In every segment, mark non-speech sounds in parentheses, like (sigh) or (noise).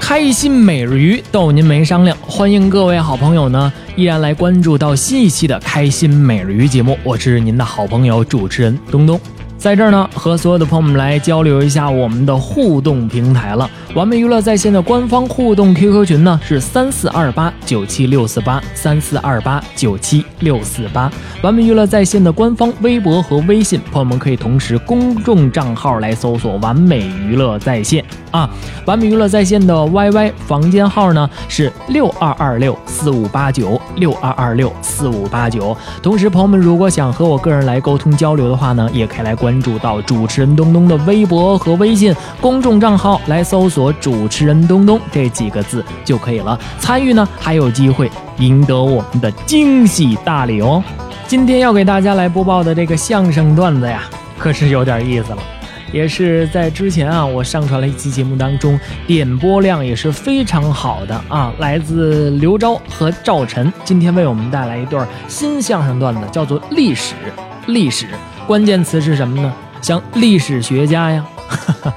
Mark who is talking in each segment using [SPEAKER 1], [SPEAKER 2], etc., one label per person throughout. [SPEAKER 1] 开心每日鱼逗您没商量，欢迎各位好朋友呢，依然来关注到新一期的开心每日鱼节目，我是您的好朋友主持人东东，在这儿呢和所有的朋友们来交流一下我们的互动平台了。完美娱乐在线的官方互动 QQ 群呢是三四二八九七六四八三四二八九七六四八，完美娱乐在线的官方微博和微信，朋友们可以同时公众账号来搜索“完美娱乐在线”啊。完美娱乐在线的 YY 房间号呢是六二二六四五八九六二二六四五八九。同时，朋友们如果想和我个人来沟通交流的话呢，也可以来关注到主持人东东的微博和微信公众账号，来搜索“主持人东东”这几个字就可以了。参与呢还有机会赢得我们的惊喜大礼哦！今天要给大家来播报的这个相声段子呀，可是有点意思了。也是在之前啊，我上传了一期节目当中，点播量也是非常好的啊，来自刘钊和赵晨，今天为我们带来一段新相声段子，叫做《历史》。历史关键词是什么呢？像历史学家呀， (laughs)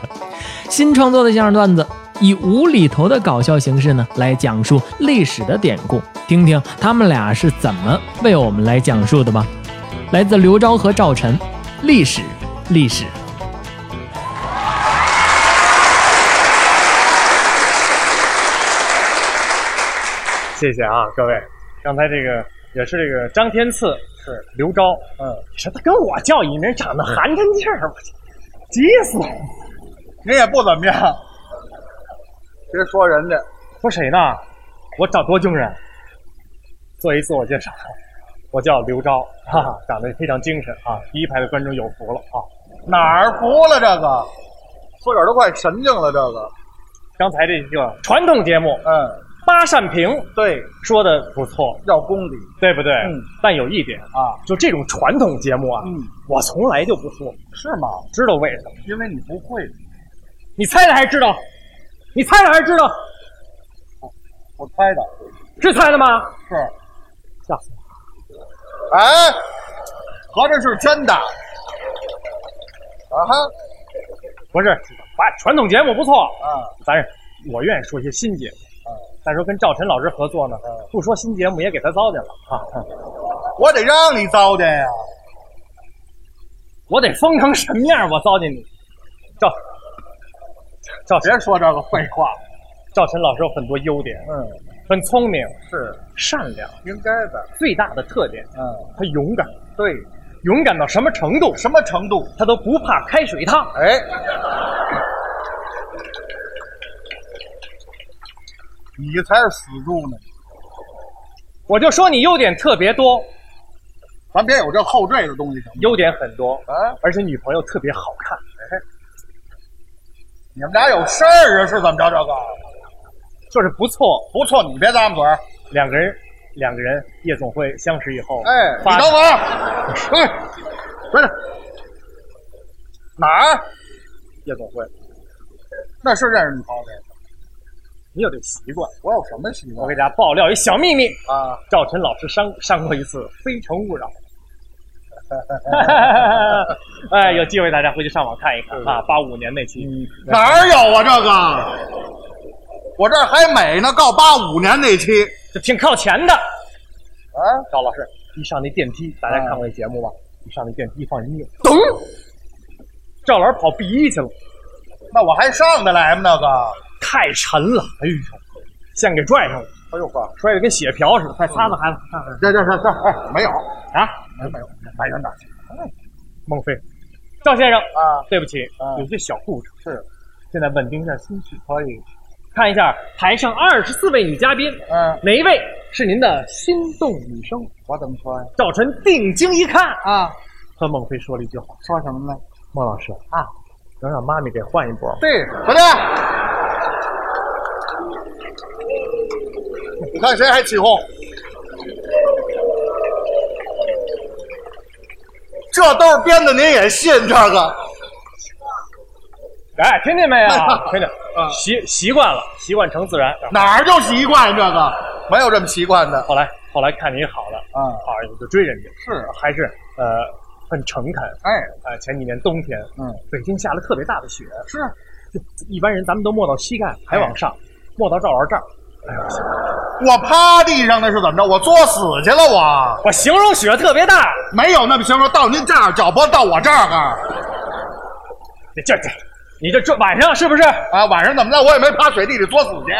[SPEAKER 1] 新创作的相声段子。以无厘头的搞笑形式呢，来讲述历史的典故，听听他们俩是怎么为我们来讲述的吧。来自刘钊和赵晨，历史，历史。
[SPEAKER 2] 谢谢啊，各位。刚才这个也是这个张天赐，是刘钊，嗯，你说他跟我叫一名，长得
[SPEAKER 3] 嗯
[SPEAKER 2] 寒碜劲儿，我急死了。
[SPEAKER 3] 人也不怎么样， (laughs) 别说人家，
[SPEAKER 2] 说谁呢？我找多惊人。做一自我介绍，我叫刘钊，哈、哈，长得非常精神啊，第一排的观众有福了啊。
[SPEAKER 3] 哪儿服了这个？自个儿都快神经了，这个，
[SPEAKER 2] 刚才这个传统节目
[SPEAKER 3] 嗯，
[SPEAKER 2] 八扇屏
[SPEAKER 3] 对，
[SPEAKER 2] 说的不错，
[SPEAKER 3] 要功底
[SPEAKER 2] 对不对？
[SPEAKER 3] 嗯
[SPEAKER 2] 但有一点，
[SPEAKER 3] 啊，
[SPEAKER 2] 就这种传统节目啊，
[SPEAKER 3] 嗯
[SPEAKER 2] 我从来就不说，
[SPEAKER 3] 是吗？
[SPEAKER 2] 知道为什么？
[SPEAKER 3] 因为你不会，
[SPEAKER 2] 你猜的还是知道？你猜的还是知道？
[SPEAKER 3] 我猜的
[SPEAKER 2] 是猜的吗？
[SPEAKER 3] 是，
[SPEAKER 2] 吓死我！
[SPEAKER 3] 哎，合着是真的，啊哈，
[SPEAKER 2] 不是，把传统节目不错，
[SPEAKER 3] 啊，
[SPEAKER 2] 咱我愿意说一些新节目。
[SPEAKER 3] 嗯
[SPEAKER 2] 再说跟赵晨老师合作呢，不说新节目也给他糟践了啊！
[SPEAKER 3] 我得让你糟践呀，
[SPEAKER 2] 我得疯成什么样，我糟践你。赵赵
[SPEAKER 3] 别说这个废话，
[SPEAKER 2] 赵晨老师有很多优点，
[SPEAKER 3] 嗯，
[SPEAKER 2] 很聪明、
[SPEAKER 3] 是
[SPEAKER 2] 善良，
[SPEAKER 3] 应该的，
[SPEAKER 2] 最大的特点
[SPEAKER 3] 嗯，
[SPEAKER 2] 他勇敢，
[SPEAKER 3] 对，
[SPEAKER 2] 勇敢到什么程度？
[SPEAKER 3] 什么程度？
[SPEAKER 2] 他都不怕开水烫。
[SPEAKER 3] 哎，你才是死猪呢。
[SPEAKER 2] 我就说你优点特别多，
[SPEAKER 3] 咱别有这后缀的东西行吗？
[SPEAKER 2] 优点很多，
[SPEAKER 3] 啊，
[SPEAKER 2] 而且女朋友特别好看。
[SPEAKER 3] 哎你们俩有事儿啊？是怎么着？这个
[SPEAKER 2] 就是不错，
[SPEAKER 3] 不错，你别咂巴嘴儿。
[SPEAKER 2] 两个人，两个人夜总会相识以后，
[SPEAKER 3] 哎，你
[SPEAKER 2] 发
[SPEAKER 3] 等会儿，哎，回来，哪儿？
[SPEAKER 2] 夜总会，
[SPEAKER 3] 那是认识你朋友的。
[SPEAKER 2] 你有这习惯。
[SPEAKER 3] 我有什么习
[SPEAKER 2] 我
[SPEAKER 3] 惯
[SPEAKER 2] 给大家爆料一小秘密，
[SPEAKER 3] 啊？
[SPEAKER 2] 赵晨老师上上过一次《非诚勿
[SPEAKER 3] (laughs)
[SPEAKER 2] 扰》。哎，有机会大家回去上网看一
[SPEAKER 3] 嗯
[SPEAKER 2] 看啊，八五年那期，
[SPEAKER 3] 哪儿有啊？这个，我这儿还美呢，告八五年那期
[SPEAKER 2] 就挺靠前的。
[SPEAKER 3] 啊，
[SPEAKER 2] 赵老师一上那电梯，大家
[SPEAKER 3] 嗯
[SPEAKER 2] 看过那节目吧？一上那电梯一放音乐，咚！赵老师跑 B 一去了，
[SPEAKER 3] 那我还上得来吗？那个
[SPEAKER 2] 太沉了，哎呦，像给拽上了。
[SPEAKER 3] 哎呦呵，
[SPEAKER 2] 摔得跟血瓢似的，快擦擦汗，
[SPEAKER 3] 嗯
[SPEAKER 2] 看看
[SPEAKER 3] 这这这这，哎，没有，
[SPEAKER 2] 啊！
[SPEAKER 3] 哎，没有，来远点去
[SPEAKER 2] 哎孟非，赵先生，
[SPEAKER 3] 啊！
[SPEAKER 2] 对不起，
[SPEAKER 3] 啊
[SPEAKER 2] 有些小故事
[SPEAKER 3] 是，
[SPEAKER 2] 现在稳定一下心绪，可以看一下台上二十四位女嘉宾，
[SPEAKER 3] 嗯，
[SPEAKER 2] 哪一位是您的心动女生？
[SPEAKER 3] 我怎么说呀？
[SPEAKER 2] 赵晨定睛一看，
[SPEAKER 3] 啊，
[SPEAKER 2] 和孟非说了一句话
[SPEAKER 3] 说什么呢？：“
[SPEAKER 2] 孟老师啊，能让妈咪给换一波吗？
[SPEAKER 3] 对，不对？你看谁还起哄？这豆儿编的您也信这个？
[SPEAKER 2] 哎，听见没 (laughs) 有？听见
[SPEAKER 3] 啊？
[SPEAKER 2] 习习惯了，习惯成自然。啊
[SPEAKER 3] 哪儿就习惯这个？没有这么习惯的
[SPEAKER 2] 后来后来看你好了，
[SPEAKER 3] 啊！
[SPEAKER 2] 啊，我就追人家，
[SPEAKER 3] 是，
[SPEAKER 2] 还是呃很诚恳。
[SPEAKER 3] 哎，
[SPEAKER 2] 呃，前几年冬天，
[SPEAKER 3] 嗯，
[SPEAKER 2] 北京下了特别大的雪，
[SPEAKER 3] 是
[SPEAKER 2] 一般人咱们都没到膝盖，还往上，没到赵老师这儿。哎
[SPEAKER 3] 我趴地上那是怎么着？我作死去了我，
[SPEAKER 2] 我形容雪特别大，
[SPEAKER 3] 没有那么形容，到您这儿脚脖到我这儿啊！
[SPEAKER 2] 这这这，你这这晚上是不是？
[SPEAKER 3] 啊，晚上怎么着？我也没趴水地里作死去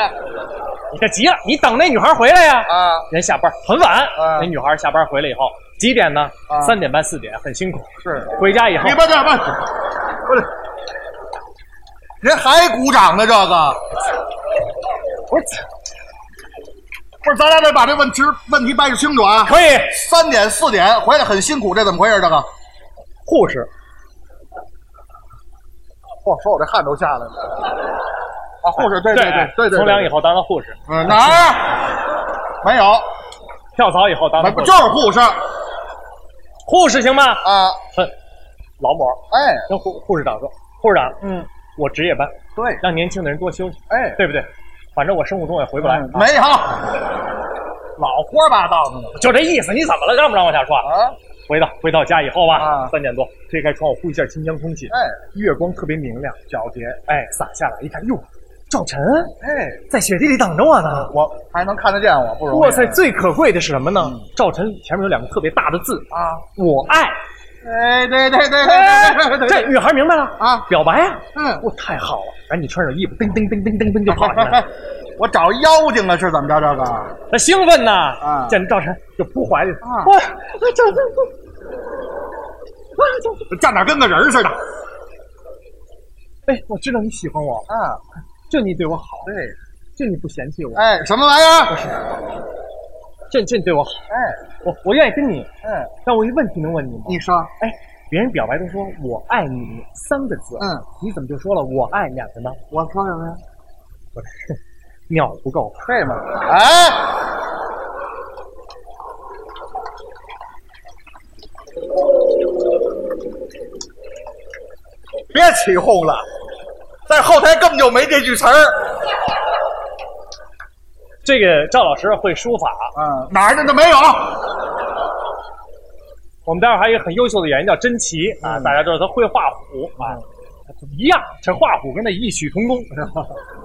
[SPEAKER 2] 你这急了，你等那女孩回来呀、
[SPEAKER 3] 啊！
[SPEAKER 2] 人下班很晚，
[SPEAKER 3] 啊
[SPEAKER 2] 那女孩下班回来以后几点呢？
[SPEAKER 3] 啊
[SPEAKER 2] 三点半四点，很辛苦。
[SPEAKER 3] 是，
[SPEAKER 2] 回家以后
[SPEAKER 3] 你，不这不不是，人还鼓掌呢，这个
[SPEAKER 2] 我操
[SPEAKER 3] 不是咱俩得把这问题问题掰扯清楚啊！
[SPEAKER 2] 可以，
[SPEAKER 3] 三点四点回来很辛苦，这怎么回事？这个，
[SPEAKER 2] 护士
[SPEAKER 3] 嚯，说我这汗都下来了。啊，护士，对对对对对，
[SPEAKER 2] 从良以
[SPEAKER 3] 有，
[SPEAKER 2] 后当了护士，
[SPEAKER 3] 嗯，哪儿啊没有？
[SPEAKER 2] 啊跳槽以后当了
[SPEAKER 3] 没不
[SPEAKER 2] 护
[SPEAKER 3] 就
[SPEAKER 2] 士，
[SPEAKER 3] 是护士
[SPEAKER 2] 护士行吗？
[SPEAKER 3] 啊？
[SPEAKER 2] 哼，劳模
[SPEAKER 3] 哎，
[SPEAKER 2] 跟护护士长说，护士长，
[SPEAKER 3] 嗯，
[SPEAKER 2] 我值夜班，
[SPEAKER 3] 对，
[SPEAKER 2] 让年轻的人多休息，
[SPEAKER 3] 哎，嗯啊
[SPEAKER 2] 对不对？反正我生物钟也回不来，
[SPEAKER 3] 没有，老胡说八道的呢
[SPEAKER 2] 就这意思。你怎么了？让不让我瞎说？
[SPEAKER 3] 啊！
[SPEAKER 2] 回到回到家以后吧，
[SPEAKER 3] 啊
[SPEAKER 2] 三点多推开窗户呼一下清香空气，
[SPEAKER 3] 哎
[SPEAKER 2] 月光特别明亮皎洁，哎，洒下来一看，哟，赵晨
[SPEAKER 3] 哎，
[SPEAKER 2] 在雪地里等着我呢。
[SPEAKER 3] 我还能看得见我，不容易。
[SPEAKER 2] 哇塞，最可贵的是什么呢？赵晨前面有两个特别大的字
[SPEAKER 3] 啊！
[SPEAKER 2] 我爱。
[SPEAKER 3] 哎，对对对
[SPEAKER 2] 哎
[SPEAKER 3] 对对对，
[SPEAKER 2] 这女孩明白了
[SPEAKER 3] 啊
[SPEAKER 2] 表白啊！
[SPEAKER 3] 嗯
[SPEAKER 2] 我太好了，赶紧穿上衣服，噔噔噔噔噔噔就跑进来了。
[SPEAKER 3] 我找妖精了是怎么着？这个
[SPEAKER 2] 他兴奋呐，
[SPEAKER 3] 啊
[SPEAKER 2] 见着赵晨就扑怀里，
[SPEAKER 3] 啊
[SPEAKER 2] 哇，赵晨，哇，赵晨，
[SPEAKER 3] 站哪跟个人似的。
[SPEAKER 2] 哎，我知道你喜欢我，
[SPEAKER 3] 啊，
[SPEAKER 2] 就你对我好，
[SPEAKER 3] 对，
[SPEAKER 2] 就你不嫌弃我，
[SPEAKER 3] 哎，什么玩意儿？
[SPEAKER 2] 这这你对我好，
[SPEAKER 3] 哎，
[SPEAKER 2] 我我愿意跟你。
[SPEAKER 3] 嗯，
[SPEAKER 2] 但我有一问题能问你吗？
[SPEAKER 3] 你说，
[SPEAKER 2] 哎，别人表白都说我爱你三个字，
[SPEAKER 3] 嗯，
[SPEAKER 2] 你怎么就说了我爱两个呢？
[SPEAKER 3] 我说什么呀？
[SPEAKER 2] 鸟不够，
[SPEAKER 3] 对吗？哎，别起哄了，在后台根本就没这句词儿。
[SPEAKER 2] 这个赵老师会书法，
[SPEAKER 3] 嗯，哪儿的都没有。
[SPEAKER 2] 我们待会儿还有一个很优秀的演员叫甄奇啊，
[SPEAKER 3] 嗯
[SPEAKER 2] 大家知道他会画虎啊，一样，这画虎跟那异曲同工，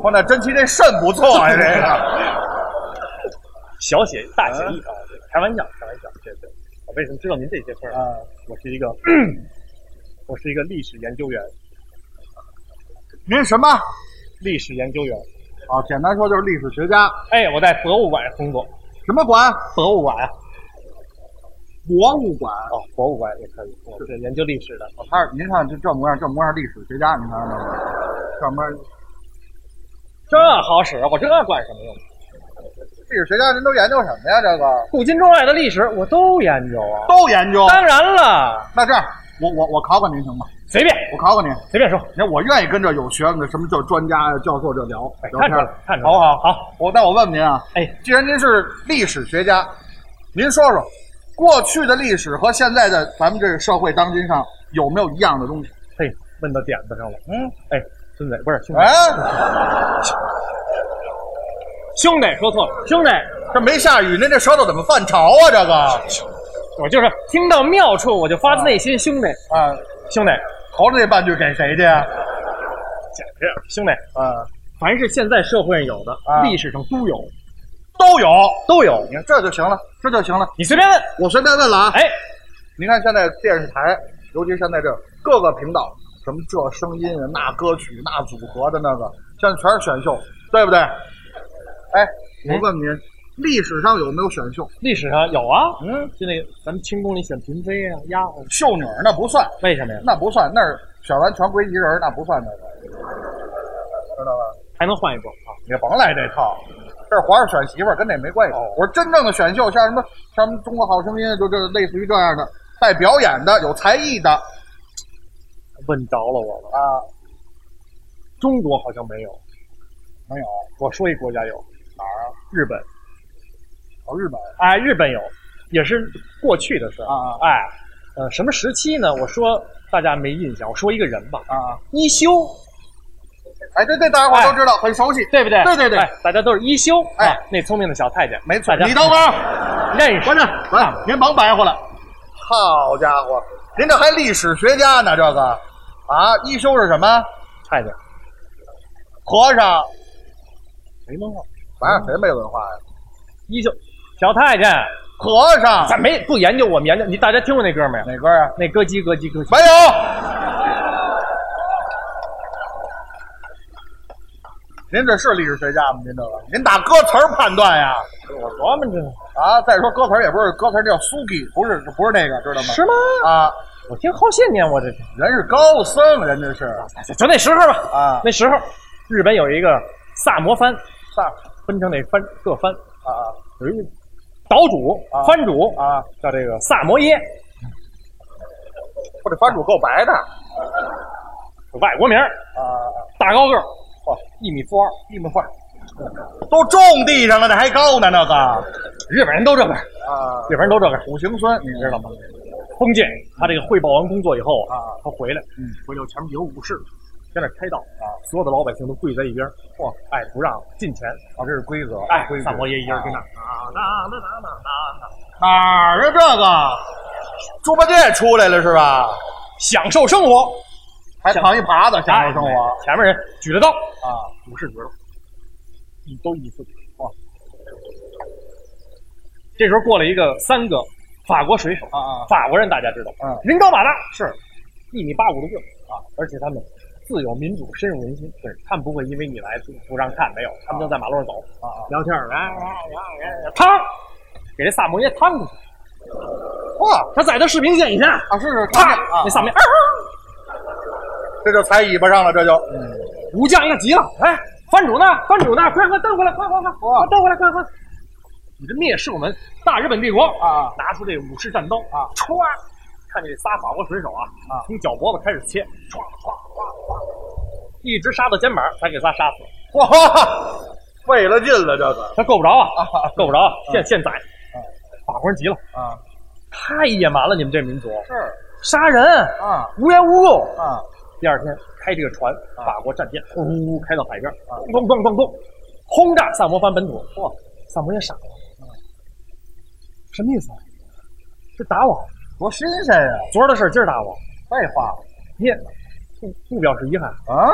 [SPEAKER 3] 我那真奇这肾不错呀、这个。
[SPEAKER 2] 小写大写意啊，开玩笑，开玩笑，这这，我为什么知道您这些事儿啊？我是一个，我是一个历史研究员，
[SPEAKER 3] 您什么？
[SPEAKER 2] 历史研究员，
[SPEAKER 3] 哦，简单说就是历史学家。
[SPEAKER 2] 哎，我在博物馆工作，
[SPEAKER 3] 什么馆？
[SPEAKER 2] 博物馆啊，
[SPEAKER 3] 博物馆。
[SPEAKER 2] 哦，博物馆也可以，我是研究历史的，哦
[SPEAKER 3] 我看您看这这模样，这模样历史学家，你看看这模样
[SPEAKER 2] 这好使，我这管什么用？
[SPEAKER 3] 历史学家您都研究什么呀？这个
[SPEAKER 2] 古今中外的历史我都研究啊，
[SPEAKER 3] 都研究。
[SPEAKER 2] 当然了，
[SPEAKER 3] 那这样，我我我考考您行吗？
[SPEAKER 2] 随便
[SPEAKER 3] 我考考您，
[SPEAKER 2] 随便说，
[SPEAKER 3] 那我愿意跟这有学问的什么叫专家呀、教授这聊
[SPEAKER 2] 哎
[SPEAKER 3] 聊
[SPEAKER 2] 看
[SPEAKER 3] 天
[SPEAKER 2] 出来
[SPEAKER 3] 儿，
[SPEAKER 2] 看出来，
[SPEAKER 3] 好不好？
[SPEAKER 2] 好，
[SPEAKER 3] 我那我问问您啊，
[SPEAKER 2] 哎，
[SPEAKER 3] 既然您是历史学家，您说说过去的历史和现在的咱们这个社会当今上有没有一样的东西？
[SPEAKER 2] 嘿，问到点子上了，
[SPEAKER 3] 嗯，
[SPEAKER 2] 哎，孙子不是兄弟，
[SPEAKER 3] 哎，
[SPEAKER 2] 兄弟说错了，兄弟，
[SPEAKER 3] 这没下雨，您这舌头怎么犯潮啊？这个
[SPEAKER 2] 我就是听到妙处我就发自内心，兄弟，
[SPEAKER 3] 啊，
[SPEAKER 2] 兄弟，
[SPEAKER 3] 头这半句给谁去啊？
[SPEAKER 2] 简直，兄弟，
[SPEAKER 3] 啊，
[SPEAKER 2] 凡是现在社会上有的，
[SPEAKER 3] 啊
[SPEAKER 2] 历史上都有，
[SPEAKER 3] 都有，
[SPEAKER 2] 都有，
[SPEAKER 3] 你看这就行了，这就行了。
[SPEAKER 2] 你随便问，
[SPEAKER 3] 我随便问了啊，
[SPEAKER 2] 哎，
[SPEAKER 3] 您看现在电视台，尤其现在这各个频道，什么这声音啊，那歌曲，那组合的那个，现在全是选秀，对不对？哎，我问您，历史上有没有选秀？
[SPEAKER 2] 历史上有啊，嗯，就那个咱们清宫里选嫔妃啊、丫鬟，
[SPEAKER 3] 秀女儿那不算，
[SPEAKER 2] 为什么呀？
[SPEAKER 3] 那不算，那儿选完全归一人儿，那不算那个，知道吧？
[SPEAKER 2] 还能换一波啊？
[SPEAKER 3] 你甭来这套，这是皇上选媳妇儿跟这没关系。我说真正的选秀，像什么像什么中国好声音，就这类似于这样的，带表演的，有才艺的
[SPEAKER 2] 问着了我了。
[SPEAKER 3] 啊，
[SPEAKER 2] 中国好像没有，
[SPEAKER 3] 没有
[SPEAKER 2] 我说一国家有
[SPEAKER 3] 哪儿啊？
[SPEAKER 2] 日本，
[SPEAKER 3] 哦，日本
[SPEAKER 2] 哎，日本有，也是过去的事儿
[SPEAKER 3] 啊啊
[SPEAKER 2] 哎，呃，什么时期呢？我说大家没印象，我说一个人吧，
[SPEAKER 3] 啊，
[SPEAKER 2] 一休，
[SPEAKER 3] 哎，这这大家伙都知道，很熟悉，
[SPEAKER 2] 对不对？
[SPEAKER 3] 对对对
[SPEAKER 2] 哎，大家都是一休，
[SPEAKER 3] 哎
[SPEAKER 2] 啊，那聪明的小太监，
[SPEAKER 3] 没错
[SPEAKER 2] 大。家
[SPEAKER 3] 你等会儿，
[SPEAKER 2] 认识啊
[SPEAKER 3] 关着，来，您甭白活了。好家伙，您这还历史学家呢，这个啊，一休是什么？
[SPEAKER 2] 太监，
[SPEAKER 3] 和尚，
[SPEAKER 2] 没文化，
[SPEAKER 3] 反正谁没文化呀？
[SPEAKER 2] 一休，小太监，
[SPEAKER 3] 啊和尚
[SPEAKER 2] 咱没不研究，我们研究你，大家听过那歌没有？
[SPEAKER 3] 哪歌啊？
[SPEAKER 2] 那咯叽咯叽咯叽，
[SPEAKER 3] 没有。您这是历史学家吗？您这个，您打歌词儿判断呀？
[SPEAKER 2] 我琢磨着呢，
[SPEAKER 3] 啊，再说歌词儿也不是歌词儿叫苏记，不是不是那个，知道吗？
[SPEAKER 2] 是吗？
[SPEAKER 3] 啊，
[SPEAKER 2] 我听好些年，我这
[SPEAKER 3] 人是高僧，人家是
[SPEAKER 2] 哎就那时候吧，
[SPEAKER 3] 啊
[SPEAKER 2] 那时候日本有一个萨摩藩，
[SPEAKER 3] 萨
[SPEAKER 2] 分成那藩各藩，
[SPEAKER 3] 啊
[SPEAKER 2] 有一个岛主、
[SPEAKER 3] 啊
[SPEAKER 2] 藩主
[SPEAKER 3] 啊啊！
[SPEAKER 2] 叫这个萨摩耶，
[SPEAKER 3] 我这藩主够白的
[SPEAKER 2] 外国名儿
[SPEAKER 3] 啊，
[SPEAKER 2] 大高个儿，哇，一米负二，一米负二。
[SPEAKER 3] 都种地上了，那还高呢那个
[SPEAKER 2] 日本人都这个，
[SPEAKER 3] 啊
[SPEAKER 2] 日本人都这个
[SPEAKER 3] 五行孙，你知道吗？
[SPEAKER 2] 封建。他这个汇报完工作以后
[SPEAKER 3] 啊
[SPEAKER 2] 他回来，
[SPEAKER 3] 嗯，
[SPEAKER 2] 回来有前面有武士，在那开道啊，所有的老百姓都跪在一边儿，哇，哎，不让进前，
[SPEAKER 3] 啊，这是规则，
[SPEAKER 2] 哎
[SPEAKER 3] 规，则
[SPEAKER 2] 萨摩耶一人跟那
[SPEAKER 3] 啊
[SPEAKER 2] 啊那那那那那那，
[SPEAKER 3] 哪儿啊？这个猪八戒出来了是吧？
[SPEAKER 2] 享受生活，
[SPEAKER 3] 还扛一耙子，享受生活
[SPEAKER 2] 哎前面人举着刀，
[SPEAKER 3] 啊。
[SPEAKER 2] 武士举着刀，一都一次哇。这时候过来一个三个法国水手
[SPEAKER 3] 啊啊
[SPEAKER 2] 法国人大家知道，
[SPEAKER 3] 嗯
[SPEAKER 2] 人高马大，是一米八五的个子啊，而且他们自有民主，深入人心，对他们不会因为你来不不让看，没有，他们就在马路上走
[SPEAKER 3] 啊啊！
[SPEAKER 2] 聊天儿，啊啊啊啊，汤，给这萨摩耶趟过去，
[SPEAKER 3] 哇
[SPEAKER 2] 他在他视频线以下，
[SPEAKER 3] 啊，是是，
[SPEAKER 2] 啪，
[SPEAKER 3] 啊
[SPEAKER 2] 那，萨摩耶，啊啊
[SPEAKER 3] 这就踩尾巴上了，这就
[SPEAKER 2] 武将一下急了，哎，藩主呢？藩主呢？快快蹬回来，快快快，快蹬回来，快快！你这蔑视我们大日本帝国
[SPEAKER 3] 啊
[SPEAKER 2] 拿出这武士战刀啊，歘，看见这仨法国水手啊，
[SPEAKER 3] 啊
[SPEAKER 2] 从脚脖子开始切，歘歘歘歘，一直杀到肩膀，才给仨杀死了。
[SPEAKER 3] 哇，费了劲了，这个
[SPEAKER 2] 他够不着啊
[SPEAKER 3] 啊，嗯
[SPEAKER 2] 够不着啊，现现宰。法国人急了，
[SPEAKER 3] 啊
[SPEAKER 2] 太野蛮了，你们这民族
[SPEAKER 3] 是
[SPEAKER 2] 杀人
[SPEAKER 3] 啊
[SPEAKER 2] 无缘无故。
[SPEAKER 3] 啊，
[SPEAKER 2] 第二天开这个船，法国战舰呼呼呼开到海边，啊咚咚咚咚，轰炸萨摩藩本土。哇，萨摩也傻了，什么意思啊？哎这打我，
[SPEAKER 3] 多新鲜呀！
[SPEAKER 2] 昨儿的事儿今儿打我，
[SPEAKER 3] 废话
[SPEAKER 2] 你也不不表示遗憾，
[SPEAKER 3] 啊，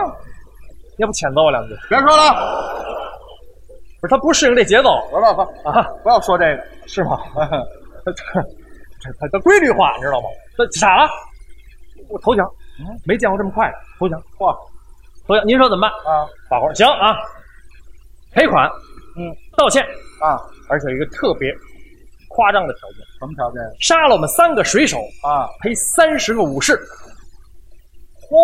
[SPEAKER 2] 也不谴责我两句。
[SPEAKER 3] 别说了，
[SPEAKER 2] 不是他不适应这节奏
[SPEAKER 3] 得了，吧，
[SPEAKER 2] 啊，
[SPEAKER 3] 不要说这个，
[SPEAKER 2] 是 (laughs) 吗？他他他他规律化，你知道吗？他傻了，我投降，没见过这么快的投降。嗯哇，投降！您说怎么办？
[SPEAKER 3] 啊
[SPEAKER 2] 法官行啊，赔款，
[SPEAKER 3] 嗯，
[SPEAKER 2] 道歉，
[SPEAKER 3] 啊，
[SPEAKER 2] 而且有一个特别夸张的条件：
[SPEAKER 3] 什么条件
[SPEAKER 2] 杀了我们三个水手，
[SPEAKER 3] 啊？
[SPEAKER 2] 赔三十个武士，
[SPEAKER 3] 嚯，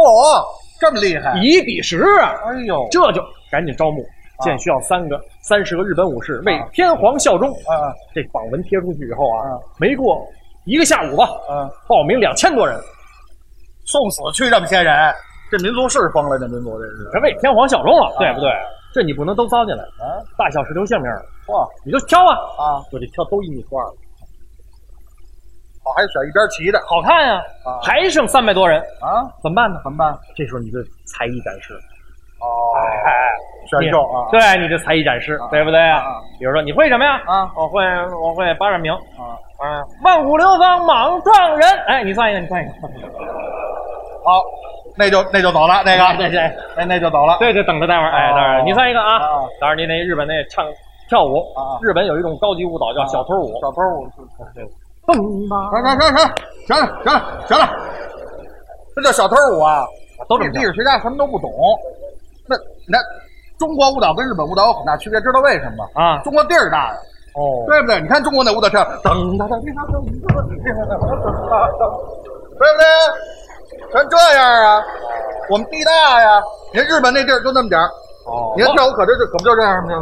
[SPEAKER 3] 这么厉害！
[SPEAKER 2] 以比十啊！
[SPEAKER 3] 哎呦，
[SPEAKER 2] 这就赶紧招募，现需要三个三十个日本武士为天皇效忠。
[SPEAKER 3] 啊
[SPEAKER 2] 这榜文贴出去以后啊
[SPEAKER 3] 啊，
[SPEAKER 2] 没过一个下午吧，
[SPEAKER 3] 啊，
[SPEAKER 2] 报名两千多人，
[SPEAKER 3] 送死去这么些人，这民族是疯了，这民族这是
[SPEAKER 2] 这为天皇效忠了，对不对？这你不能都糟践了，
[SPEAKER 3] 啊，
[SPEAKER 2] 大小石头馅面儿，
[SPEAKER 3] 哇
[SPEAKER 2] 你就挑啊！
[SPEAKER 3] 啊，
[SPEAKER 2] 我这挑都一米多二，
[SPEAKER 3] 好，哦还选一边骑的
[SPEAKER 2] 好看呀、
[SPEAKER 3] 啊
[SPEAKER 2] 还剩三百多人，
[SPEAKER 3] 啊？
[SPEAKER 2] 怎么办呢？
[SPEAKER 3] 怎么办？
[SPEAKER 2] 这时候你的才艺展示，
[SPEAKER 3] 哦，
[SPEAKER 2] 哎，
[SPEAKER 3] 选秀啊
[SPEAKER 2] 对你这才艺展示，对不对
[SPEAKER 3] 啊？
[SPEAKER 2] 比如说你会什么呀？
[SPEAKER 3] 啊
[SPEAKER 2] 我会我会八扇屏，
[SPEAKER 3] 啊，
[SPEAKER 2] 啊，万古流芳莽撞人，哎，你算一个，你算一个， (laughs)
[SPEAKER 3] 好，那就那就走了，那个
[SPEAKER 2] 啊哎
[SPEAKER 3] 哎
[SPEAKER 2] 对对
[SPEAKER 3] 那那就走了。
[SPEAKER 2] 对对，等着待会儿，哎，
[SPEAKER 3] 哦
[SPEAKER 2] 当然你算一个啊
[SPEAKER 3] 啊，
[SPEAKER 2] 当然你那日本那唱跳舞
[SPEAKER 3] 啊啊，
[SPEAKER 2] 日本有一种高级舞蹈叫小偷舞，
[SPEAKER 3] 小偷儿，
[SPEAKER 2] 蹦吧，
[SPEAKER 3] 行行行行行了行了行了，这叫小偷舞啊！
[SPEAKER 2] 都这
[SPEAKER 3] 这
[SPEAKER 2] 么
[SPEAKER 3] 历
[SPEAKER 2] 跳
[SPEAKER 3] 史学家什么都不懂。那那中国舞蹈跟日本舞蹈有很大区别，知道为什么吗？
[SPEAKER 2] 啊，
[SPEAKER 3] 中国地儿大呀，
[SPEAKER 2] 哦
[SPEAKER 3] 对不对？你看中国那舞蹈片，噔噔噔噔噔噔噔噔噔，对不对？全这样啊！我们地大呀，你看日本那地儿就那么点儿，
[SPEAKER 2] 哦
[SPEAKER 3] 你看跳舞可这可不就这样吗？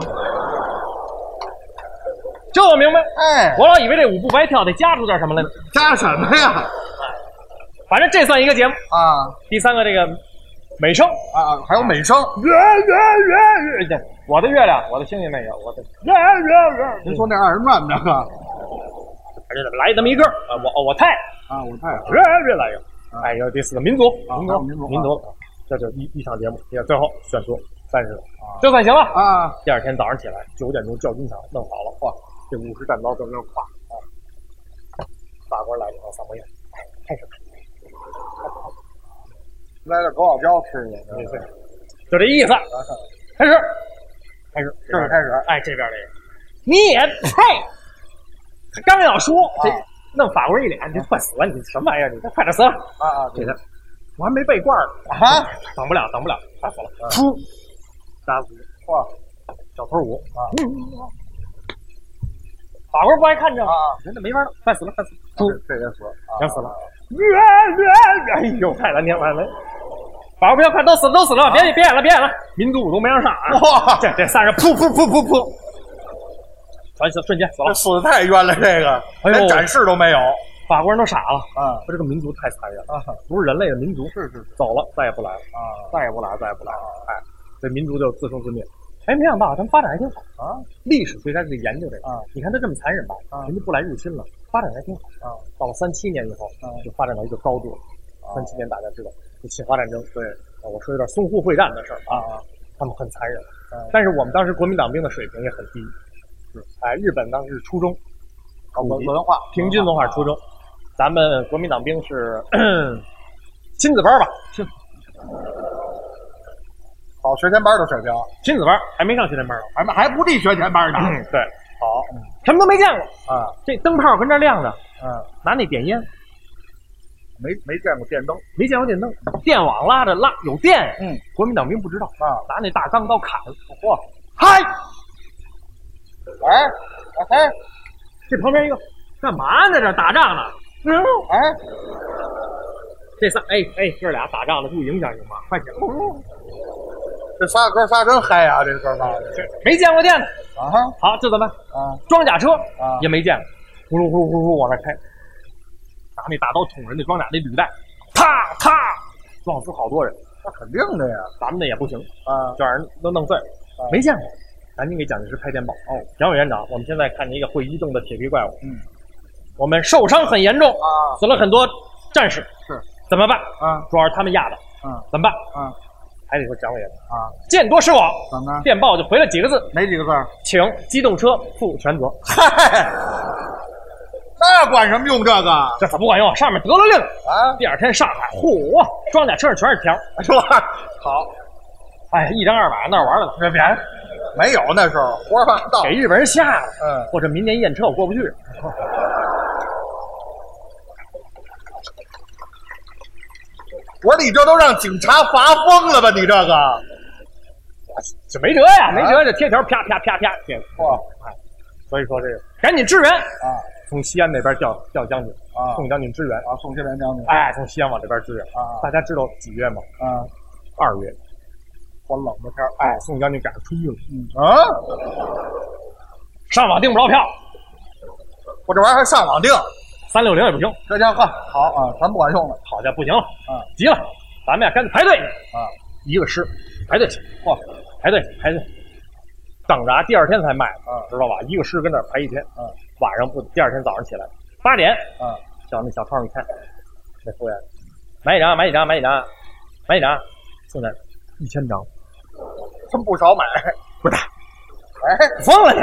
[SPEAKER 2] 这我明白。
[SPEAKER 3] 哎，
[SPEAKER 2] 我老以为这舞不白跳，得加出点什么来呢。
[SPEAKER 3] 加什么呀？
[SPEAKER 2] 反正这算一个节目。
[SPEAKER 3] 啊
[SPEAKER 2] 第三个这个美声，
[SPEAKER 3] 啊，还有美声，
[SPEAKER 2] 月月月月，我的月亮，我的星星那个，我的月月月。
[SPEAKER 3] 您说那二人转那个
[SPEAKER 2] 这怎么来这么一个？啊，我哦我太
[SPEAKER 3] 啊，我太
[SPEAKER 2] 月月来一个。哎，有第四个民族，
[SPEAKER 3] 啊
[SPEAKER 2] 民族，
[SPEAKER 3] 民族啊
[SPEAKER 2] 民族，这就一一场节目，也最后选出三十个，就算行了。
[SPEAKER 3] 啊，
[SPEAKER 2] 第二天早上起来九点钟教军场弄好了，哇，这五十战刀在那儿挎啊。法国来了以后，法国人，哎，开始
[SPEAKER 3] 来点狗咬胶吃去，
[SPEAKER 2] 对对，就这意思。开始，开始，
[SPEAKER 3] 这是开始。
[SPEAKER 2] 哎，这边这个，你也配？刚要说，这弄法国人一脸，你快死了，你什么玩意儿？你快点死了！
[SPEAKER 3] 啊啊，
[SPEAKER 2] 这个，我还没背罐呢，
[SPEAKER 3] 啊，
[SPEAKER 2] 等不了，等不了，快死了！
[SPEAKER 3] 出
[SPEAKER 2] 打死
[SPEAKER 3] 哇
[SPEAKER 2] 小偷舞啊！法国人不爱看这个，人家没法弄，快死了，快死了，
[SPEAKER 3] 出，这也死啊
[SPEAKER 2] 全死了！哎呦，太难听了，来。法国不要快，都死了，都死了！别别演了，别演了！民族舞都没让上啊！
[SPEAKER 3] 哇，
[SPEAKER 2] 这这仨人噗噗噗噗噗，全死瞬间死了
[SPEAKER 3] 哦这，死的太冤了，这个
[SPEAKER 2] 哎呦
[SPEAKER 3] 连展示都没有
[SPEAKER 2] 法国人都傻了，
[SPEAKER 3] 啊
[SPEAKER 2] 说这个民族太残忍了，不是人类的民族，是是，走了，再也不来了，
[SPEAKER 3] 啊
[SPEAKER 2] 再也不来了，再也不来了，哎，这民族就自生自灭。哎，没想到他们发展还挺好
[SPEAKER 3] 啊！
[SPEAKER 2] 历史学家就研究这个
[SPEAKER 3] 啊，
[SPEAKER 2] 你看他这么残忍吧，
[SPEAKER 3] 啊
[SPEAKER 2] 人家不来入侵了，发展还挺好
[SPEAKER 3] 啊。
[SPEAKER 2] 到了三七年以后，就发展到一个高度了。三七年大家知道，就侵华战争，对，啊我说有点淞沪会战的事儿啊，
[SPEAKER 3] 啊
[SPEAKER 2] 他们很残忍
[SPEAKER 3] 嗯，
[SPEAKER 2] 但是我们当时国民党兵的水平也很低，哎，日本当时是初中，五级
[SPEAKER 3] 文化
[SPEAKER 2] 平均文化初中，咱们国民党兵是 (clears throat) 亲子班吧，
[SPEAKER 3] 好学前班的水平，
[SPEAKER 2] 亲子班还没上训练班呢，
[SPEAKER 3] 还没还不地学前班呢
[SPEAKER 2] 嗯对，嗯好，什么都没见过，
[SPEAKER 3] 啊
[SPEAKER 2] 这灯泡跟这儿亮着，
[SPEAKER 3] 嗯，
[SPEAKER 2] 拿那点烟，
[SPEAKER 3] 没没见过电灯
[SPEAKER 2] 没见过电灯，电网拉着拉有电，
[SPEAKER 3] 嗯，
[SPEAKER 2] 国民党兵不知道，
[SPEAKER 3] 啊，
[SPEAKER 2] 拿那大钢刀砍，嚯，嗨，
[SPEAKER 3] 哎哎
[SPEAKER 2] 这旁边一个干嘛呢？这儿打仗呢？嗯，
[SPEAKER 3] 哎
[SPEAKER 2] 这仨，哎哎，哥俩打仗了，不影响行吗？快点，
[SPEAKER 3] 这仨哥仨真嗨啊，这哥仨
[SPEAKER 2] 这没见过电的，
[SPEAKER 3] 啊哈
[SPEAKER 2] 好，这怎么办？
[SPEAKER 3] 啊
[SPEAKER 2] 装甲车
[SPEAKER 3] 啊
[SPEAKER 2] 也没见过，呼噜呼噜呼噜往那开，拿那大刀捅人那装甲那履带，啪啪撞死好多人，
[SPEAKER 3] 那肯定的呀
[SPEAKER 2] 咱们那也不行，
[SPEAKER 3] 啊
[SPEAKER 2] 就让人都弄碎了，没见过。南京给蒋介石拍电报哦，蒋委员长，我们现在看见一个会移动的铁皮怪物，
[SPEAKER 3] 嗯，
[SPEAKER 2] 我们受伤很严重，
[SPEAKER 3] 啊
[SPEAKER 2] 死了很多战士，
[SPEAKER 3] 是
[SPEAKER 2] 怎么办？
[SPEAKER 3] 啊
[SPEAKER 2] 主要是他们压的，
[SPEAKER 3] 嗯
[SPEAKER 2] 怎么办？
[SPEAKER 3] 啊
[SPEAKER 2] 还得说蒋委员长
[SPEAKER 3] 啊
[SPEAKER 2] 见多识广，
[SPEAKER 3] 怎么呢
[SPEAKER 2] 电报就回了几个字，
[SPEAKER 3] 哪几个字儿
[SPEAKER 2] 请机动车负全责。
[SPEAKER 3] 嗨那管什么用这个
[SPEAKER 2] 这怎么不管用？上面得了令了，
[SPEAKER 3] 啊
[SPEAKER 2] 第二天上海，嚯，装甲车上全是条，
[SPEAKER 3] 说好
[SPEAKER 2] 哎，一张二百闹玩了，这别
[SPEAKER 3] 没有那时候胡说八道
[SPEAKER 2] 给日本人吓的。
[SPEAKER 3] 嗯
[SPEAKER 2] 我这明年验车我过不去。
[SPEAKER 3] 我说你这都让警察罚疯了吧？你这个，
[SPEAKER 2] 这没辙呀，没辙，这贴条啪啪啪啪贴。
[SPEAKER 3] 嗯哇
[SPEAKER 2] 哎所以说这个赶紧支援啊！从西安那边调调将军
[SPEAKER 3] 啊
[SPEAKER 2] 宋将军支援。
[SPEAKER 3] 啊，宋庆龄将军
[SPEAKER 2] 哎，从西安往这边支援
[SPEAKER 3] 啊
[SPEAKER 2] 大家知道几月吗？
[SPEAKER 3] 啊，
[SPEAKER 2] 二月。
[SPEAKER 3] 我冷的天儿
[SPEAKER 2] 哎，宋将军赶上春运了，
[SPEAKER 3] 啊，
[SPEAKER 2] 上网订不着票，
[SPEAKER 3] 我这玩意儿还上网订，
[SPEAKER 2] 三六零也不行，
[SPEAKER 3] 这家伙好啊，咱不管用了
[SPEAKER 2] 好家伙不行了，
[SPEAKER 3] 嗯
[SPEAKER 2] 急了，咱们呀赶紧排队去。
[SPEAKER 3] 啊
[SPEAKER 2] 一个师排队去，嚯，排队排队，等着啊，第二天才卖，
[SPEAKER 3] 嗯
[SPEAKER 2] 知道吧？一个师跟那儿排一天，
[SPEAKER 3] 嗯
[SPEAKER 2] 晚上不，第二天早上起来八点，
[SPEAKER 3] 啊
[SPEAKER 2] 叫那小窗一看，那服务员，买几张，买几张，买几张，买几张，送来一千张，
[SPEAKER 3] 真不少买，
[SPEAKER 2] 滚蛋，
[SPEAKER 3] 哎，
[SPEAKER 2] 疯了你，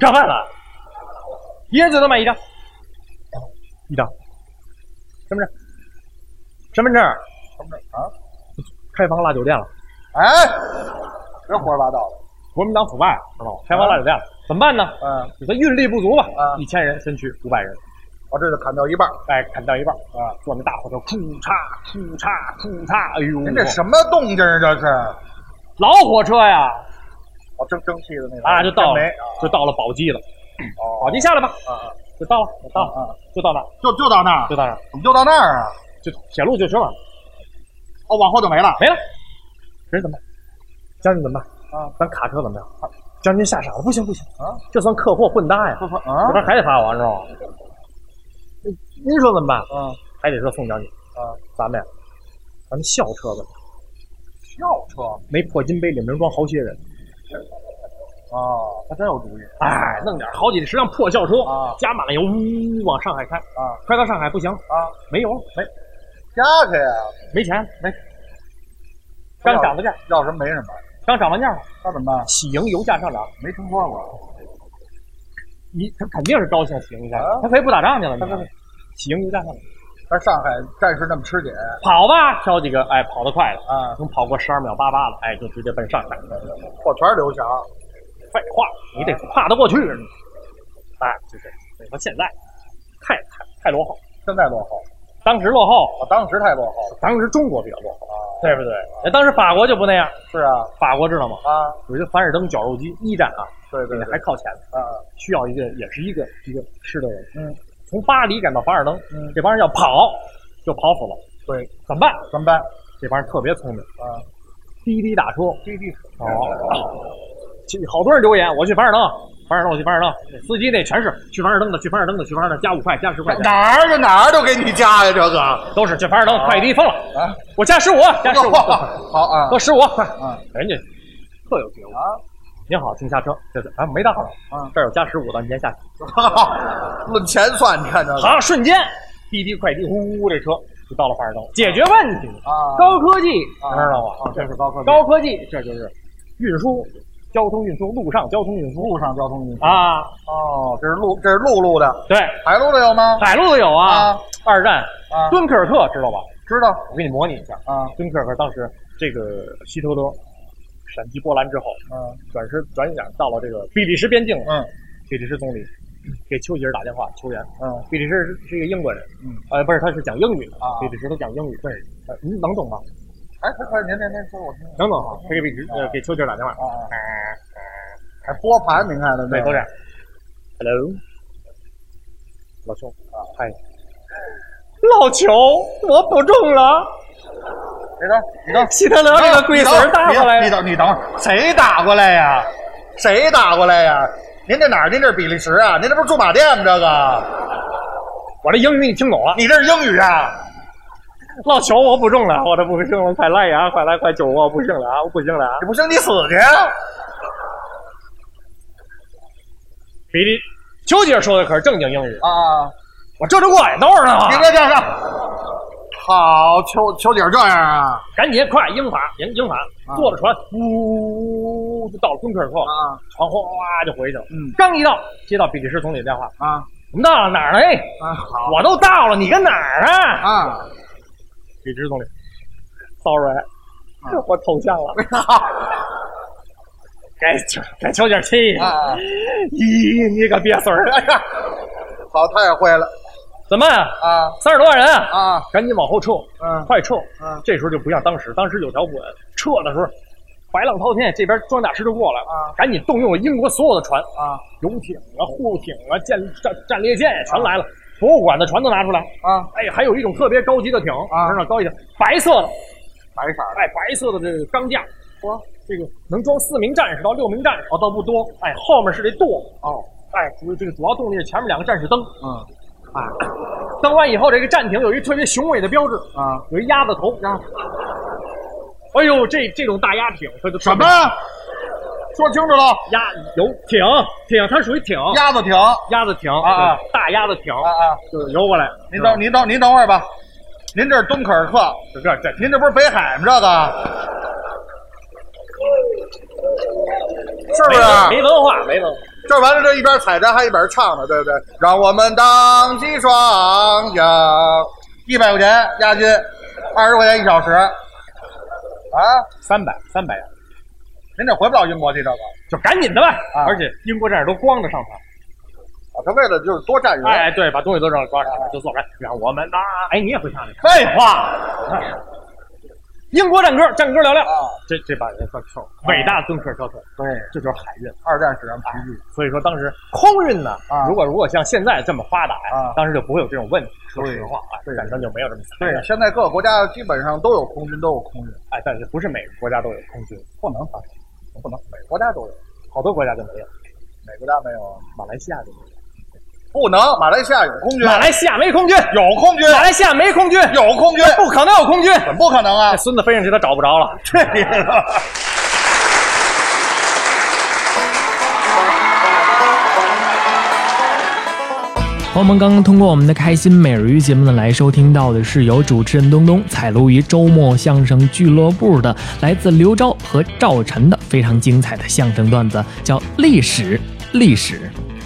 [SPEAKER 2] 干饭了，一人最多买一张，一张，身份证，身份证，
[SPEAKER 3] 什么啊？
[SPEAKER 2] 开房辣酒店了。
[SPEAKER 3] 哎，别胡说八道了，
[SPEAKER 2] 国民党腐败，知道吗？开发辣酒店了，怎么办呢？
[SPEAKER 3] 嗯，
[SPEAKER 2] 你说运力不足吧？
[SPEAKER 3] 啊
[SPEAKER 2] 一千人先驱五百人，
[SPEAKER 3] 我这就砍掉一半儿，
[SPEAKER 2] 哎，砍掉一半啊，坐那大火车，库嚓库嚓库嚓，哎呦，
[SPEAKER 3] 您这什么动静啊？这是，
[SPEAKER 2] 老火车呀！
[SPEAKER 3] 我蒸蒸汽的那种
[SPEAKER 2] 啊，就到
[SPEAKER 3] 没
[SPEAKER 2] 了，就到了宝鸡了。
[SPEAKER 3] 哦
[SPEAKER 2] 好，您下来吧。啊，就到了，我到
[SPEAKER 3] 啊
[SPEAKER 2] 了，就到那儿，
[SPEAKER 3] 就就到那儿
[SPEAKER 2] 就，到那儿，
[SPEAKER 3] 怎么就到那儿啊？
[SPEAKER 2] 就铁路就直往
[SPEAKER 3] 哦，往后就没了。
[SPEAKER 2] 没了。人怎么办？将军怎么办？啊，咱卡车怎么样？啊将军吓傻了，不行不行
[SPEAKER 3] 啊，
[SPEAKER 2] 这算客货混搭呀，
[SPEAKER 3] 不是
[SPEAKER 2] 这
[SPEAKER 3] 啊
[SPEAKER 2] 边还得罚我，知道吗？您说怎么办？
[SPEAKER 3] 啊，
[SPEAKER 2] 还得说宋将军啊，咱们呀，咱们校车吧，
[SPEAKER 3] 校车
[SPEAKER 2] 没破金杯，里面装好些人。
[SPEAKER 3] 啊，他真有主意。
[SPEAKER 2] 哎，弄点好几十辆破校车
[SPEAKER 3] 啊
[SPEAKER 2] 加满了油，呜往上海开
[SPEAKER 3] 啊，
[SPEAKER 2] 开到上海不行
[SPEAKER 3] 啊，
[SPEAKER 2] 没油了，没
[SPEAKER 3] 家去呀，
[SPEAKER 2] 没钱，
[SPEAKER 3] 没
[SPEAKER 2] 刚涨了价，
[SPEAKER 3] 要什么没什么，
[SPEAKER 2] 刚涨完价了，
[SPEAKER 3] 那怎么办？
[SPEAKER 2] 啊喜迎油价上涨，
[SPEAKER 3] 没听说过。
[SPEAKER 2] 你他肯定是高兴喜迎油价
[SPEAKER 3] 啊，
[SPEAKER 2] 他可以不打仗去了，你
[SPEAKER 3] 他他他
[SPEAKER 2] 喜迎油价上涨，
[SPEAKER 3] 在上海战事那么吃紧
[SPEAKER 2] 跑吧，挑几个，哎，跑得快了，
[SPEAKER 3] 啊，
[SPEAKER 2] 能跑过十二秒八八了，哎，就直接奔上海了。
[SPEAKER 3] 破圈刘翔
[SPEAKER 2] 废话，你得跨得过去。哎，就这，所以说现在太太太落后，
[SPEAKER 3] 现在落后，
[SPEAKER 2] 当时落后，
[SPEAKER 3] 我当时太落后了。
[SPEAKER 2] 当时中国比较落后，对不对？那当时法国就不那样，
[SPEAKER 3] 啊是啊，
[SPEAKER 2] 法国知道吗？
[SPEAKER 3] 啊，
[SPEAKER 2] 有一个凡尔登绞肉机，一战啊，
[SPEAKER 3] 对对
[SPEAKER 2] 那
[SPEAKER 3] 对
[SPEAKER 2] 还，靠前呢，
[SPEAKER 3] 啊，
[SPEAKER 2] 需要一个也是一个一个师的人，
[SPEAKER 3] 嗯，
[SPEAKER 2] 从巴黎赶到凡尔登，
[SPEAKER 3] 嗯
[SPEAKER 2] 这帮人要跑，就跑死了，
[SPEAKER 3] 对，
[SPEAKER 2] 怎么办？
[SPEAKER 3] 怎么办？
[SPEAKER 2] 这帮人特别聪明，
[SPEAKER 3] 啊，
[SPEAKER 2] 滴滴打车，
[SPEAKER 3] 滴滴
[SPEAKER 2] 哦，其实好多人留言，我去凡尔登，啊凡尔登，我去凡尔登，那司机那全是去凡尔登的，去凡尔登的，去凡尔登的，加五块，加十
[SPEAKER 3] (laughs)
[SPEAKER 2] 块，加
[SPEAKER 3] 哪儿跟哪儿都给你加呀，这个啊，
[SPEAKER 2] 都是去凡尔登，快递疯了，我加十五，
[SPEAKER 3] 哎
[SPEAKER 2] 加十五，
[SPEAKER 3] (laughs) 好啊
[SPEAKER 2] 都十五，快
[SPEAKER 3] 啊，
[SPEAKER 2] 哎人家特有觉悟。
[SPEAKER 3] 啊
[SPEAKER 2] 您好，请下车，这是啊，没到，
[SPEAKER 3] 啊，
[SPEAKER 2] 这儿有加十五的，您先下去。
[SPEAKER 3] 好，啊 (laughs) 论钱算，你看这个
[SPEAKER 2] 好，瞬间滴滴快递呼呼这车就到了凡尔登，解决问题，
[SPEAKER 3] 啊，
[SPEAKER 2] 高科技，
[SPEAKER 3] 啊
[SPEAKER 2] 知道吗？
[SPEAKER 3] 啊这是高科技，
[SPEAKER 2] 高科技，这就是运输，交通运输，路上交通运输
[SPEAKER 3] 路上交通运输
[SPEAKER 2] 啊，
[SPEAKER 3] 哦，这是陆这是陆路的，
[SPEAKER 2] 对，
[SPEAKER 3] 海路的有吗？
[SPEAKER 2] 海陆有啊
[SPEAKER 3] 啊，
[SPEAKER 2] 二战
[SPEAKER 3] 啊
[SPEAKER 2] 敦刻尔克知道吧？
[SPEAKER 3] 知道
[SPEAKER 2] 我给你模拟一下，
[SPEAKER 3] 啊，
[SPEAKER 2] 敦刻尔克当时这个希特勒闪击波兰之后，
[SPEAKER 3] 嗯
[SPEAKER 2] 转身转眼到了这个比利时边境，
[SPEAKER 3] 嗯
[SPEAKER 2] 比利时总理给丘吉尔打电话求援。
[SPEAKER 3] 嗯，
[SPEAKER 2] 比利时是是一个英国人，
[SPEAKER 3] 嗯，
[SPEAKER 2] 呃，不是，他是讲英语的
[SPEAKER 3] 啊
[SPEAKER 2] 比利时他讲英语，对，呃您能懂吗？
[SPEAKER 3] 哎，快快，您您您说，我听听
[SPEAKER 2] 能懂哈，他给比利时呃给丘吉尔打电话，
[SPEAKER 3] 啊啊，还拨盘，您看的
[SPEAKER 2] 对，都这
[SPEAKER 3] 是
[SPEAKER 2] 样。Hello，老兄啊，嗨，老裘，我不中了，
[SPEAKER 3] 你等你等，
[SPEAKER 2] 希特勒哎这个龟孙儿打过来
[SPEAKER 3] 你
[SPEAKER 2] 了，
[SPEAKER 3] 等你等会儿，谁打过来呀？谁打过来呀？您这哪儿？您这是比利时啊？您这不是驻马店吗？这个，
[SPEAKER 2] 我这英语你听懂了？
[SPEAKER 3] 你这是英语啊？
[SPEAKER 2] 老裘，我不中了，我这不行了，快来呀，快来，快救我，不行了啊，我不行了啊！
[SPEAKER 3] 你不行，你死去！啊
[SPEAKER 2] 比利，丘吉尔说的可是正经英语，
[SPEAKER 3] 啊，
[SPEAKER 2] 我这就过来，等会儿呢
[SPEAKER 3] 你
[SPEAKER 2] 啊，
[SPEAKER 3] 别这样，好，丘丘吉尔这样啊？
[SPEAKER 2] 赶紧快，英法，英英法，
[SPEAKER 3] 啊
[SPEAKER 2] 坐着船，呜，就到了敦刻尔克，
[SPEAKER 3] 啊
[SPEAKER 2] 船哗哗就回去了。
[SPEAKER 3] 嗯
[SPEAKER 2] 刚一到，接到比利时总理电话，
[SPEAKER 3] 啊
[SPEAKER 2] 我们到了哪儿了？哎，
[SPEAKER 3] 啊，好
[SPEAKER 2] 我都到了，你跟哪儿啊？
[SPEAKER 3] 啊，
[SPEAKER 2] 比利时总理，sorry，我
[SPEAKER 3] 啊
[SPEAKER 2] 投降了。给丘给丘吉尔气的，
[SPEAKER 3] 啊
[SPEAKER 2] 咦，你个鳖孙儿！啊
[SPEAKER 3] (laughs) 好，太会了
[SPEAKER 2] 怎么办？
[SPEAKER 3] 啊
[SPEAKER 2] 三十多万人啊！
[SPEAKER 3] 啊，
[SPEAKER 2] 赶紧往后撤，
[SPEAKER 3] 嗯
[SPEAKER 2] 快撤。
[SPEAKER 3] 嗯
[SPEAKER 2] 这时候就不像当时，当时有条不紊，撤的时候白浪滔天，这边装甲师就过来了，
[SPEAKER 3] 啊
[SPEAKER 2] 赶紧动用了英国所有的船，
[SPEAKER 3] 啊
[SPEAKER 2] 游艇啊、护艇啊、舰战战列舰呀全来了，博物馆的船都拿出来。
[SPEAKER 3] 啊，
[SPEAKER 2] 哎，还有一种特别高级的艇，
[SPEAKER 3] 啊
[SPEAKER 2] 知道高级的白色的，
[SPEAKER 3] 白色的
[SPEAKER 2] 哎，白色的这个钢架，哇，这个能装四名战士到六名战士，哦，倒不多，哎，后面是这舵，
[SPEAKER 3] 哦，
[SPEAKER 2] 哎，主这个主要动力是前面两个战士灯，
[SPEAKER 3] 嗯
[SPEAKER 2] 啊，灯完以后，这个战艇有一特别雄伟的标志，
[SPEAKER 3] 啊，
[SPEAKER 2] 有一鸭子头，
[SPEAKER 3] 然后
[SPEAKER 2] 哎呦，这这种大鸭艇，它就
[SPEAKER 3] 什么？说清楚了，
[SPEAKER 2] 鸭有艇艇，它属于艇，
[SPEAKER 3] 鸭子艇
[SPEAKER 2] 鸭子艇
[SPEAKER 3] 啊啊
[SPEAKER 2] 对大鸭子艇
[SPEAKER 3] 啊啊，
[SPEAKER 2] 就是游过来。
[SPEAKER 3] 您等您等您等会儿吧，您这是敦刻尔克，
[SPEAKER 2] 是吧这这
[SPEAKER 3] 您这不是北海吗？这个是不
[SPEAKER 2] 没
[SPEAKER 3] 是？啊
[SPEAKER 2] 文没文化，没文化。
[SPEAKER 3] 这完了，这一边踩着还一边唱呢，对不对？让我们荡起双桨，一百块钱押金，二十块钱一小时。啊，
[SPEAKER 2] 三百三百，
[SPEAKER 3] 您这回不到英国去这个啊，
[SPEAKER 2] 就赶紧的吧。
[SPEAKER 3] 啊
[SPEAKER 2] 而且英国战士都光着上船。
[SPEAKER 3] 他为了就是多占人。
[SPEAKER 2] 哎，对，把东西都让抓上，就坐船，让我们呐，哎，你也会唱这个？
[SPEAKER 3] 废话，
[SPEAKER 2] 英国战歌，战歌聊聊。
[SPEAKER 3] 啊
[SPEAKER 2] 这这把人算受，伟大的敦刻尔克特，
[SPEAKER 3] 对，
[SPEAKER 2] 这就是海运。
[SPEAKER 3] 二战史
[SPEAKER 2] 啊
[SPEAKER 3] 上奇迹。
[SPEAKER 2] 所以说当时空运呢，
[SPEAKER 3] 啊
[SPEAKER 2] 如果如果像现在这么发达呀、
[SPEAKER 3] 啊
[SPEAKER 2] 当时就不会有这种问题。说
[SPEAKER 3] 对
[SPEAKER 2] 实话啊，
[SPEAKER 3] 对
[SPEAKER 2] 战争就没有这么惨
[SPEAKER 3] 对，现在各个国家基本上都有空军，都有空运，
[SPEAKER 2] 哎，但是不是每个国家都有空军，
[SPEAKER 3] 不能发生，不能，每个国家都有，
[SPEAKER 2] 好多国家就没有，
[SPEAKER 3] 每个国家没有啊，
[SPEAKER 2] 马来西亚就没有。
[SPEAKER 3] 不能。马来西亚有空军，
[SPEAKER 2] 马来西亚没空军，
[SPEAKER 3] 有空军，
[SPEAKER 2] 马来西亚没空军，
[SPEAKER 3] 有空军，
[SPEAKER 2] 不可能有空军。
[SPEAKER 3] 怎么不可能啊
[SPEAKER 2] 那？哎孙子飞上去，他找不着了。
[SPEAKER 3] 这个。
[SPEAKER 1] 朋友们刚刚通过我们的开心每日鱼节目呢，来收听到的是由主持人东东、采录于周末相声俱乐部的来自刘钊和赵晨的非常精彩的相声段子，叫《历史历史》。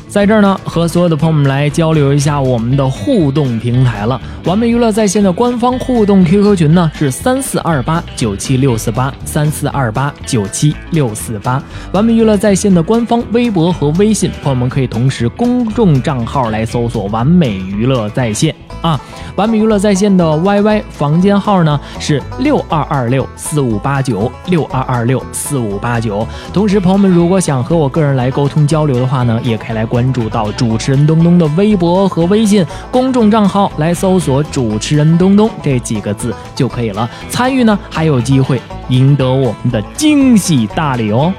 [SPEAKER 1] 在这儿呢，和所有的朋友们来交流一下我们的互动平台了。完美娱乐在线的官方互动 QQ 群呢是三四二八九七六四八三四二八九七六四八。完美娱乐在线的官方微博和微信，朋友们可以同时公众账号来搜索“完美娱乐在线”啊。完美娱乐在线的 YY 房间号呢是六二二六四五八九六二二六四五八九。同时，朋友们如果想和我个人来沟通交流的话呢，也可以来关注到主持人东东的微博和微信公众账号，来搜索“主持人东东”这几个字就可以了。参与呢，还有机会赢得我们的惊喜大礼哦。